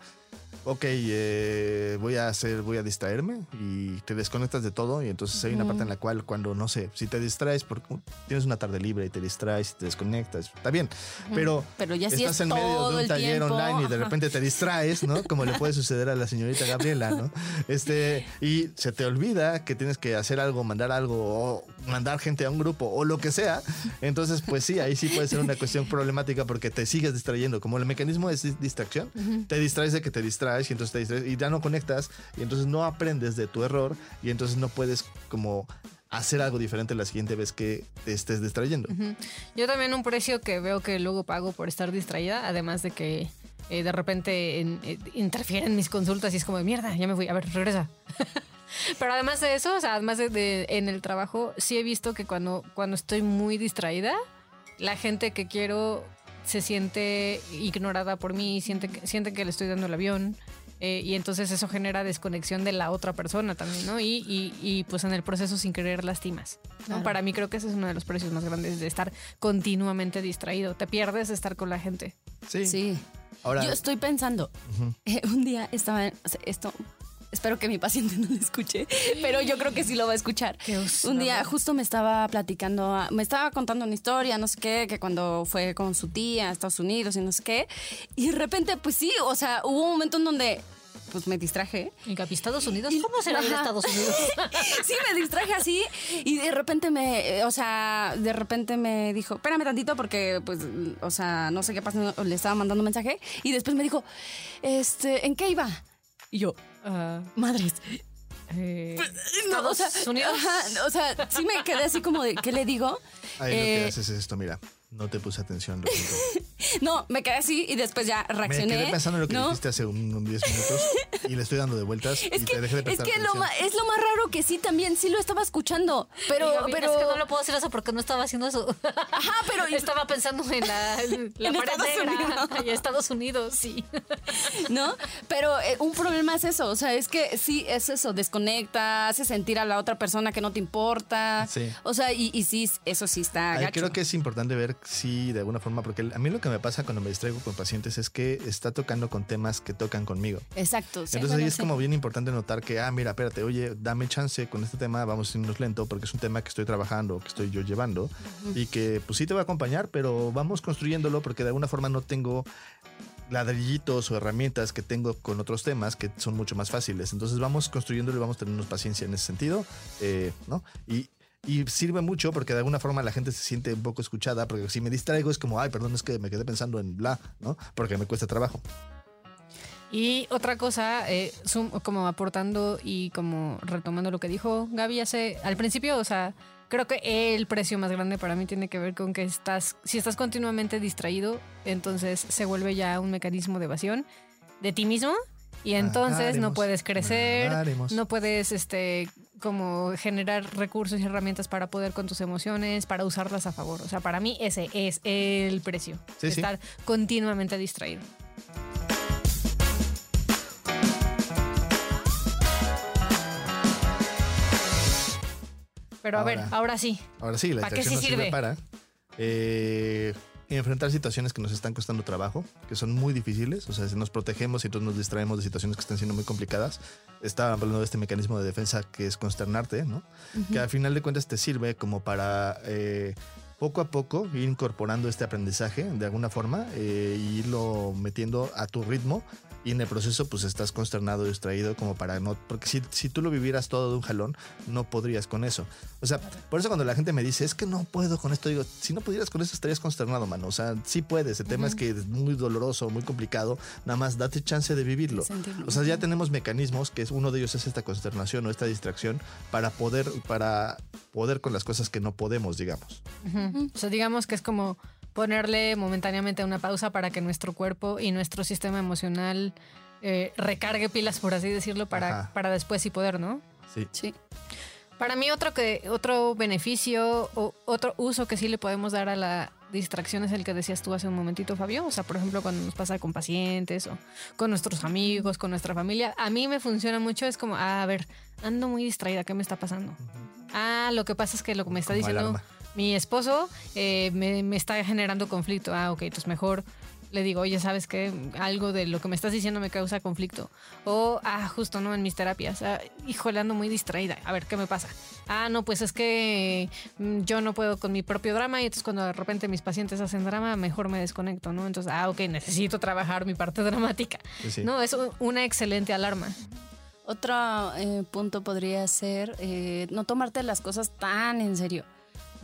ok, eh, voy a hacer, voy a distraerme y te desconectas de todo. Y entonces hay una parte en la cual, cuando no sé, si te distraes, porque tienes una tarde libre y te distraes y te desconectas, está bien, pero.
Pero ya sí
Estás
es
en medio
todo
de un
el
taller
tiempo.
online y de
ajá.
repente te distraes, ¿no? Como le puede suceder a la señorita Gabriela, ¿no? Este, y se te olvida que tienes que hacer algo, mandar algo, o mandar gente a un grupo, o lo que sea. Entonces, pues sí, ahí sí puede ser una cuestión problemática porque te sigues distrayendo. Como el mecanismo es dis- distracción, te distraes de que te distraes y entonces te distraes y ya no conectas y entonces no aprendes de tu error y entonces no puedes como hacer algo diferente la siguiente vez que te estés distrayendo.
Yo también un precio que veo que luego pago por estar distraída, además de que eh, de repente en- eh, interfieren mis consultas y es como, mierda, ya me fui, a ver, regresa. Pero además de eso, o sea, además de, de- en el trabajo, sí he visto que cuando, cuando estoy muy distraída, la gente que quiero se siente ignorada por mí, siente, que- siente que le estoy dando el avión. eh, y entonces eso genera desconexión de la otra persona también, ¿no? Y, y- y, pues en el proceso sin querer lastimas. ¿no?
Claro.
Para mí creo que ese es uno de los precios más grandes de estar continuamente distraído. Te pierdes de estar con la gente.
Sí.
Ahora,
Yo estoy pensando, eh, un día estaba, o sea, esto, espero que mi paciente no lo escuche, pero yo creo que sí lo va a escuchar.
Qué oso.
Un día justo me estaba platicando, a- me estaba contando una historia, no sé qué, que cuando fue con su tía a Estados Unidos y no sé qué, y de repente, pues sí, o sea, hubo un momento en donde, pues me distraje.
¿Y que a Estados Unidos? ¿Cómo será ir a
Ajá.
Estados Unidos?
sí, me distraje así y de repente me, eh, o sea, de repente me dijo, espérame tantito porque, pues, o sea, no sé qué pasa, no- le estaba mandando mensaje y después me dijo, este, ¿en qué iba? Y yo,
Ah,
madres.
eh,
No, o sea,
¿Estados Unidos?
ajá, o sea, sí me quedé así como de, ¿qué le digo?
ahí lo que
Eh,
haces es esto, mira. No te puse atención, lo siento.
No, me quedé así y después ya
Me
reaccioné.
quedé pensando en lo que
¿no?
dijiste hace un 10 minutos y le estoy dando de vueltas
Es
y
que,
te dejé de
es,
prestar
que lo
atención.
ma- es lo más raro que sí también, sí lo estaba escuchando, pero...
Digo, bien,
pero
Es que no lo puedo hacer eso porque no estaba haciendo eso.
Ajá, pero...
Estaba pensando en la, en la
En
pared
Estados
negra.
Unidos.
Ay, Estados Unidos, sí.
¿No? Pero eh, un problema es eso, o sea, es que sí es eso, desconecta, hace sentir a la otra persona que no te importa.
Sí.
O sea, y, y sí, eso sí está...
Ahí
gacho.
creo que es importante ver si de alguna forma, porque a mí lo que me pasa cuando me distraigo con pacientes es que está tocando con temas que tocan conmigo.
Exacto. sí.
Entonces ahí
Bueno,
es
sí.
como bien importante notar que, ah, mira, espérate, oye, dame chance con este tema, vamos a irnos lento porque es un tema que estoy trabajando, que estoy yo llevando y que pues sí te va a acompañar, pero vamos construyéndolo porque de alguna forma no tengo ladrillitos o herramientas que tengo con otros temas que son mucho más fáciles. Entonces vamos construyéndolo y vamos teniendo paciencia en ese sentido, eh, ¿no? Y, y sirve mucho porque de alguna forma la gente se siente un poco escuchada, porque si me distraigo es como, ay, perdón, es que me quedé pensando en bla, ¿no? Porque me cuesta trabajo.
Y otra cosa, eh, sum- como aportando y como retomando lo que dijo Gaby hace al principio, o sea, creo que el precio más grande para mí tiene que ver con que estás, si estás continuamente distraído, entonces se vuelve ya un mecanismo de evasión de ti mismo y
Ah,
entonces no
Nadaremos,
puedes crecer,
nadaremos.
no puedes, este, como generar recursos y herramientas para poder con tus emociones, para usarlas a favor. O sea, para mí ese es el precio,
Sí, sí.
estar continuamente distraído. Pero a ver,
Ahora.
ahora sí.
Ahora sí, la
¿Para qué
distracción
sí
nos sirve
sirve?
para eh, enfrentar situaciones que nos están costando trabajo, que son muy difíciles. O sea, si nos protegemos y entonces nos distraemos de situaciones que están siendo muy complicadas. Estaba hablando de este mecanismo de defensa que es consternarte, ¿no? Que al final de cuentas te sirve como para eh, poco a poco ir incorporando este aprendizaje de alguna forma eh, e irlo metiendo a tu ritmo. Y en el proceso, pues estás consternado, distraído, como para no. Porque si, si tú lo vivieras todo de un jalón, no podrías con eso. O sea, por eso cuando la gente me dice, es que no puedo con esto, digo, si no pudieras con eso estarías consternado, mano. O sea, sí puedes. El tema es que es muy doloroso, muy complicado. Nada más date chance de vivirlo.
sentirlo.
O sea, ya tenemos mecanismos, que es uno de ellos es esta consternación o esta distracción, para poder, para poder con las cosas que no podemos, digamos.
Ujú. O sea, digamos que es como ponerle momentáneamente una pausa para que nuestro cuerpo y nuestro sistema emocional eh, recargue pilas, por así decirlo, para,
Ajá.
para después sí poder, ¿no?
Sí.
Sí.
Para mí otro que otro beneficio o otro uso que sí le podemos dar a la distracción es el que decías tú hace un momentito, Fabio. O sea, por ejemplo, cuando nos pasa con pacientes o con nuestros amigos, con nuestra familia, a mí me funciona mucho. Es como, ah, a ver, ando muy distraída, ¿qué me está pasando? Ah, lo que pasa es que lo que me está
Como
diciendo
alarma.
mi esposo eh, me, me está generando conflicto. Ah, ok, entonces mejor le digo, oye, ¿sabes qué? Algo de lo que me estás diciendo me causa conflicto. O, ah, justo no, en mis terapias. Ah, híjole, ando muy distraída. A ver, ¿qué me pasa? Ah, no, pues es que mm, yo no puedo con mi propio drama y entonces cuando de repente mis pacientes hacen drama, mejor me desconecto, ¿no? Entonces, ah, ok, necesito trabajar mi parte dramática.
Sí, sí.
No, es u- una excelente alarma.
Otro eh, punto podría ser eh, no tomarte las cosas tan en serio.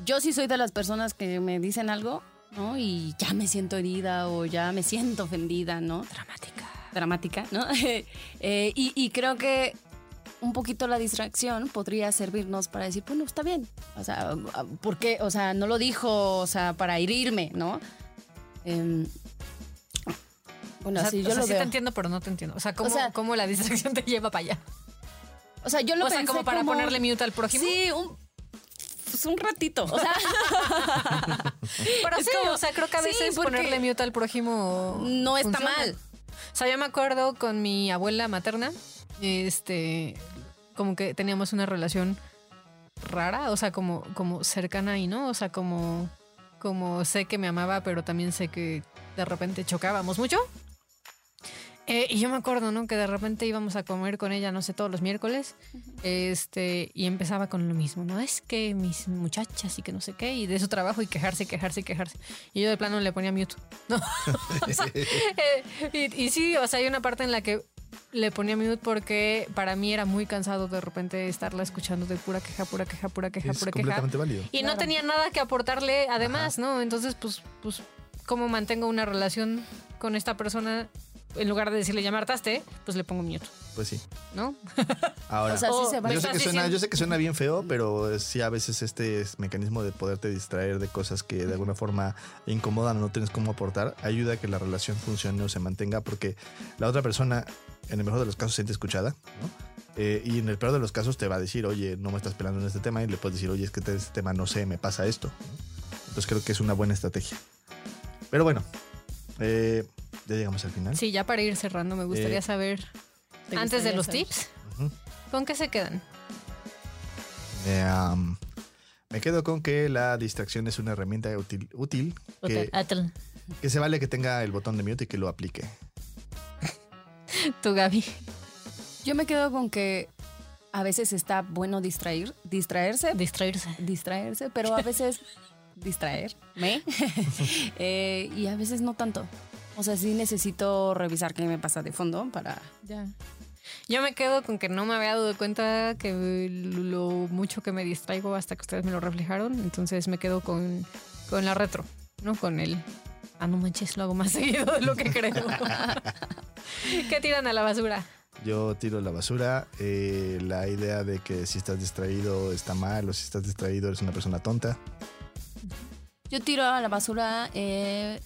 Yo sí soy de las personas que me dicen algo, ¿no? Y ya me siento herida o ya me siento ofendida, ¿no? Dramática. Dramática, ¿no? Eh, y, y creo que un poquito la distracción podría servirnos para decir, bueno, está bien. O sea, ¿por qué? O sea, no lo dijo, o sea, para herirme, ¿no? Em, bueno,
o sea,
así yo
o sea,
lo
sí
veo.
te entiendo, pero no te entiendo. O sea, ¿cómo,
sea-
cómo la distracción te lleva para allá?
O sea, yo lo
O sea,
pensé
como para ponerle mute al prójimo.
Sí, un, pues un ratito. O sea,
Pero
Es
sí,
como-
o sea, creo que a
sí,
veces
porque
ponerle mute al prójimo
no está
funciona.
mal.
O sea, yo me acuerdo con mi abuela materna, este, como que teníamos una relación rara, o sea, como, como cercana y no, o sea, como, como sé que me amaba, pero también sé que de repente chocábamos mucho. Eh, y yo me acuerdo, ¿no? Que de repente íbamos a comer con ella, no sé, todos los miércoles. Este, y empezaba con lo mismo, ¿no? Es que mis muchachas y que no sé qué, y de su trabajo y quejarse, quejarse, quejarse. Y yo de plano le ponía mute. No. O sea, eh, y, y sí, o sea, hay una parte en la que le ponía mute porque para mí era muy cansado de repente estarla escuchando de pura queja, pura queja, pura queja,
Es
pura queja.
completamente válido.
Y no tenía nada que aportarle además, ¿no? Entonces, pues, pues, ¿cómo mantengo una relación con esta persona en lugar de decirle ya me hartaste, pues le pongo mute,
Pues sí.
¿no?
Ahora.
O sea, sí
O-
se
me
yo,
vale.
sé
estás
que suena,
diciendo-
yo sé que suena bien feo, pero eh, sí a veces este es- mecanismo de poderte distraer de cosas que de alguna forma incomodan o no tienes cómo aportar, ayuda a que la relación funcione o se mantenga porque la otra persona, en el mejor de los casos, se siente escuchada, ¿no? Eh, y en el peor de los casos te va a decir, oye, no me estás pelando en este tema y le puedes decir, oye, es que te- este tema no sé, me pasa esto. ¿no? Entonces creo que es una buena estrategia. Pero bueno, eh, ya llegamos al final.
Sí, ya para ir cerrando, me gustaría
Eh,
saber,
¿Te
antes de
gustaría
los
saber?
tips,
Ujú.
¿con qué se quedan?
Eh, am, me quedo con que la distracción es una herramienta útil, útil que,
Atl.
que se vale que tenga el botón de mute y que lo aplique.
Tú, Gaby.
Yo me quedo con que a veces está bueno distraer, distraerse,
Distraerse.
distraerse, pero a veces distraerme Eh, y a veces no tanto. O sea, sí necesito revisar qué me pasa de fondo para...
Ya. Yo me quedo con que no me había dado cuenta que lo mucho que me distraigo hasta que ustedes me lo reflejaron. Entonces me quedo con, con la retro, ¿no? Con el. Ah, no manches, lo hago más seguido de lo que creo. ¿Qué tiran a la basura?
Yo tiro la basura, eh, la idea de que si estás distraído está mal o si estás distraído eres una persona tonta.
Yo tiro a la basura eh,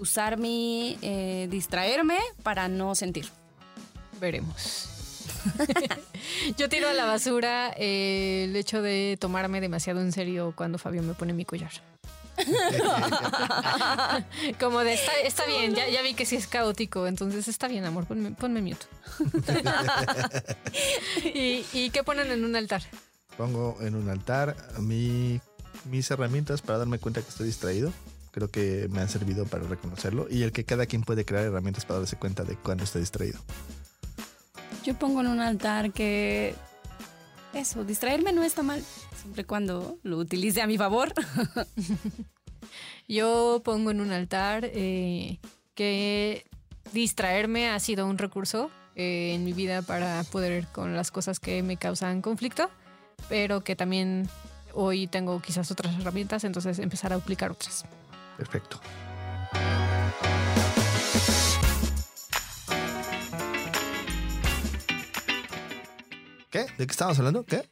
usar mi... eh, distraerme para no sentir.
Veremos. Yo tiro a la basura eh, el hecho de tomarme demasiado en serio cuando Fabio me pone mi collar. Como de, está, está bien, ya, ya vi que sí es caótico, entonces está bien, amor, ponme, ponme mute. ¿Y, y qué ponen en un altar?
Pongo en un altar mi- mis herramientas para darme cuenta que estoy distraído. Creo que me han servido para reconocerlo y el que cada quien puede crear herramientas para darse cuenta de cuando está distraído.
Yo pongo en un altar que eso, distraerme no está mal, siempre y cuando lo utilice a mi favor.
Yo pongo en un altar eh, que distraerme ha sido un recurso eh, en mi vida para poder con las cosas que me causan conflicto, pero que también hoy tengo quizás otras herramientas, entonces empezar a aplicar otras.
Perfecto. ¿Qué? ¿De qué estábamos hablando? ¿Qué?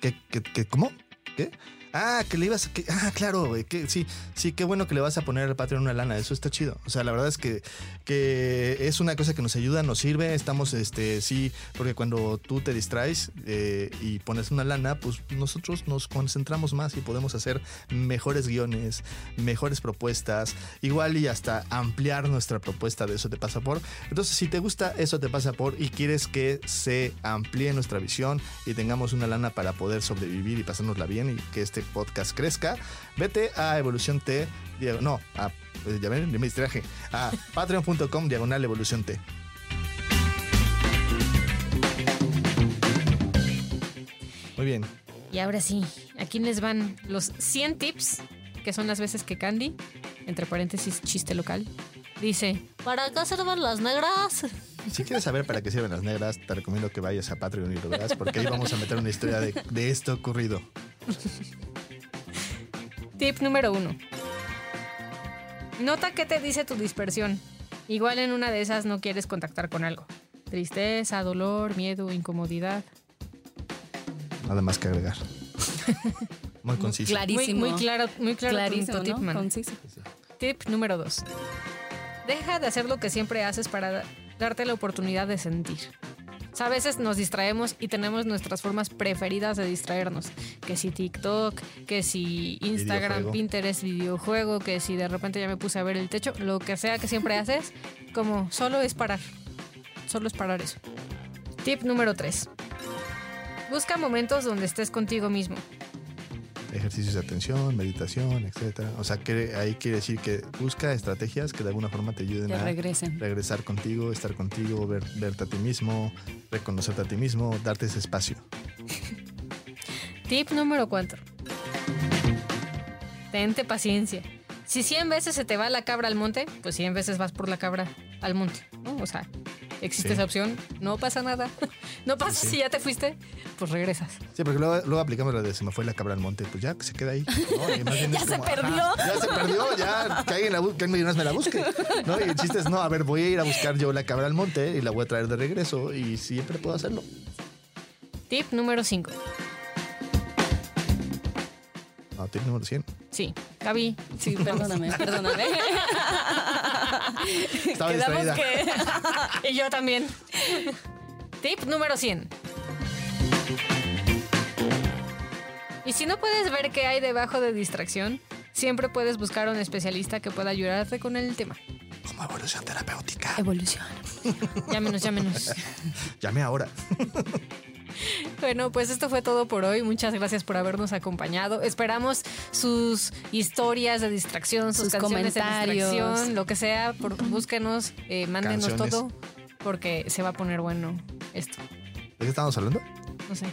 ¿Qué? ¿Qué? qué- ¿Cómo? ¿Qué? Ah, que le ibas a... que- ah, claro, güey. Que, sí, sí, qué bueno que le vas a poner al Patreon una lana. Eso está chido. O sea, la verdad es que, que es una cosa que nos ayuda, nos sirve. Estamos, este, sí, porque cuando tú te distraes eh, y pones una lana, pues nosotros nos concentramos más y podemos hacer mejores guiones, mejores propuestas, igual y hasta ampliar nuestra propuesta de Eso te pasa por. Entonces, si te gusta Eso te pasa por y quieres que se amplíe nuestra visión y tengamos una lana para poder sobrevivir y pasárnosla bien y que este podcast crezca, vete a Evolución T, diago- no, a, eh, ya ven, me distraje, a patreon.com diagonal Evolución T. Muy bien.
Y ahora sí, aquí les van los 100 tips, que son las veces que Candy, entre paréntesis chiste local, dice,
¿Para qué sirven las negras?
Si quieres saber para qué sirven las negras, te recomiendo que vayas a Patreon y lo veas, porque ahí vamos a meter una historia de, de esto ocurrido.
Tip número uno. Nota qué te dice tu dispersión. Igual en una de esas no quieres contactar con algo. Tristeza, dolor, miedo, incomodidad.
Nada más que agregar. Muy conciso.
Muy, muy claro, muy claro tu-
clarísimo,
tu tip,
¿no?
man.
Conciso.
Tip número dos. Deja de hacer lo que siempre haces para da- darte la oportunidad de sentir. O sea, a veces nos distraemos y tenemos nuestras formas preferidas de distraernos. Que si TikTok, que si Instagram,
Videojuego.
Pinterest, videojuego, que si de repente ya me puse a ver el techo, lo que sea que siempre haces, como solo es parar. Solo es parar eso. Tip número 3. Busca momentos donde estés contigo mismo.
Ejercicios de atención, meditación, etcétera. O sea, que ahí quiere decir que busca estrategias que de alguna forma te ayuden
Te
a
regresen.
regresar contigo, estar contigo, ver- verte a ti mismo, reconocerte a ti mismo, darte ese espacio.
Tip número 4. Tente paciencia. Si 100 veces se te va la cabra al monte, pues 100 veces vas por la cabra al monte. ¿no? O sea, Existe
Sí.
esa opción. No pasa nada. No pasa si ya te fuiste, pues regresas.
Sí, porque luego, luego aplicamos la de se me fue la cabra al monte, pues ya que se queda ahí. ¿no? Y más bien
Ya
es
se perdió.
"Ah, ya se perdió, ya que alguien, la bu- que alguien más me la busque. ¿no? Y el chiste es, no, a ver, voy a ir a buscar yo la cabra al monte y la voy a traer de regreso y siempre puedo hacerlo.
Tip número 5.
No, tip número 100.
Sí, Gaby.
Sí, perdóname, perdóname.
Estaba distraída.
Y yo también. Tip número 100. Y si no puedes ver qué hay debajo de distracción, siempre puedes buscar a un especialista que pueda ayudarte con el tema.
Como evolución terapéutica.
Evolución. Llámenos, llámenos.
Llame ahora.
Bueno, pues esto fue todo por hoy. Muchas gracias por habernos acompañado. Esperamos sus historias de distracción, sus,
Sus
canciones
comentarios.
de distracción, lo que sea. Por, búsquenos, eh, mándenos
Canciones.
todo, porque se va a poner bueno esto.
¿De qué estábamos hablando?
No sé.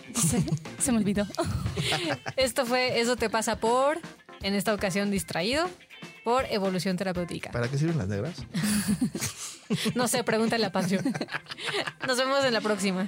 Se me olvidó.
Esto fue Eso te pasa por, en esta ocasión distraído, por evolución terapéutica.
¿Para qué sirven las negras?
No sé, pregúntale a Pancho. Nos vemos en la próxima.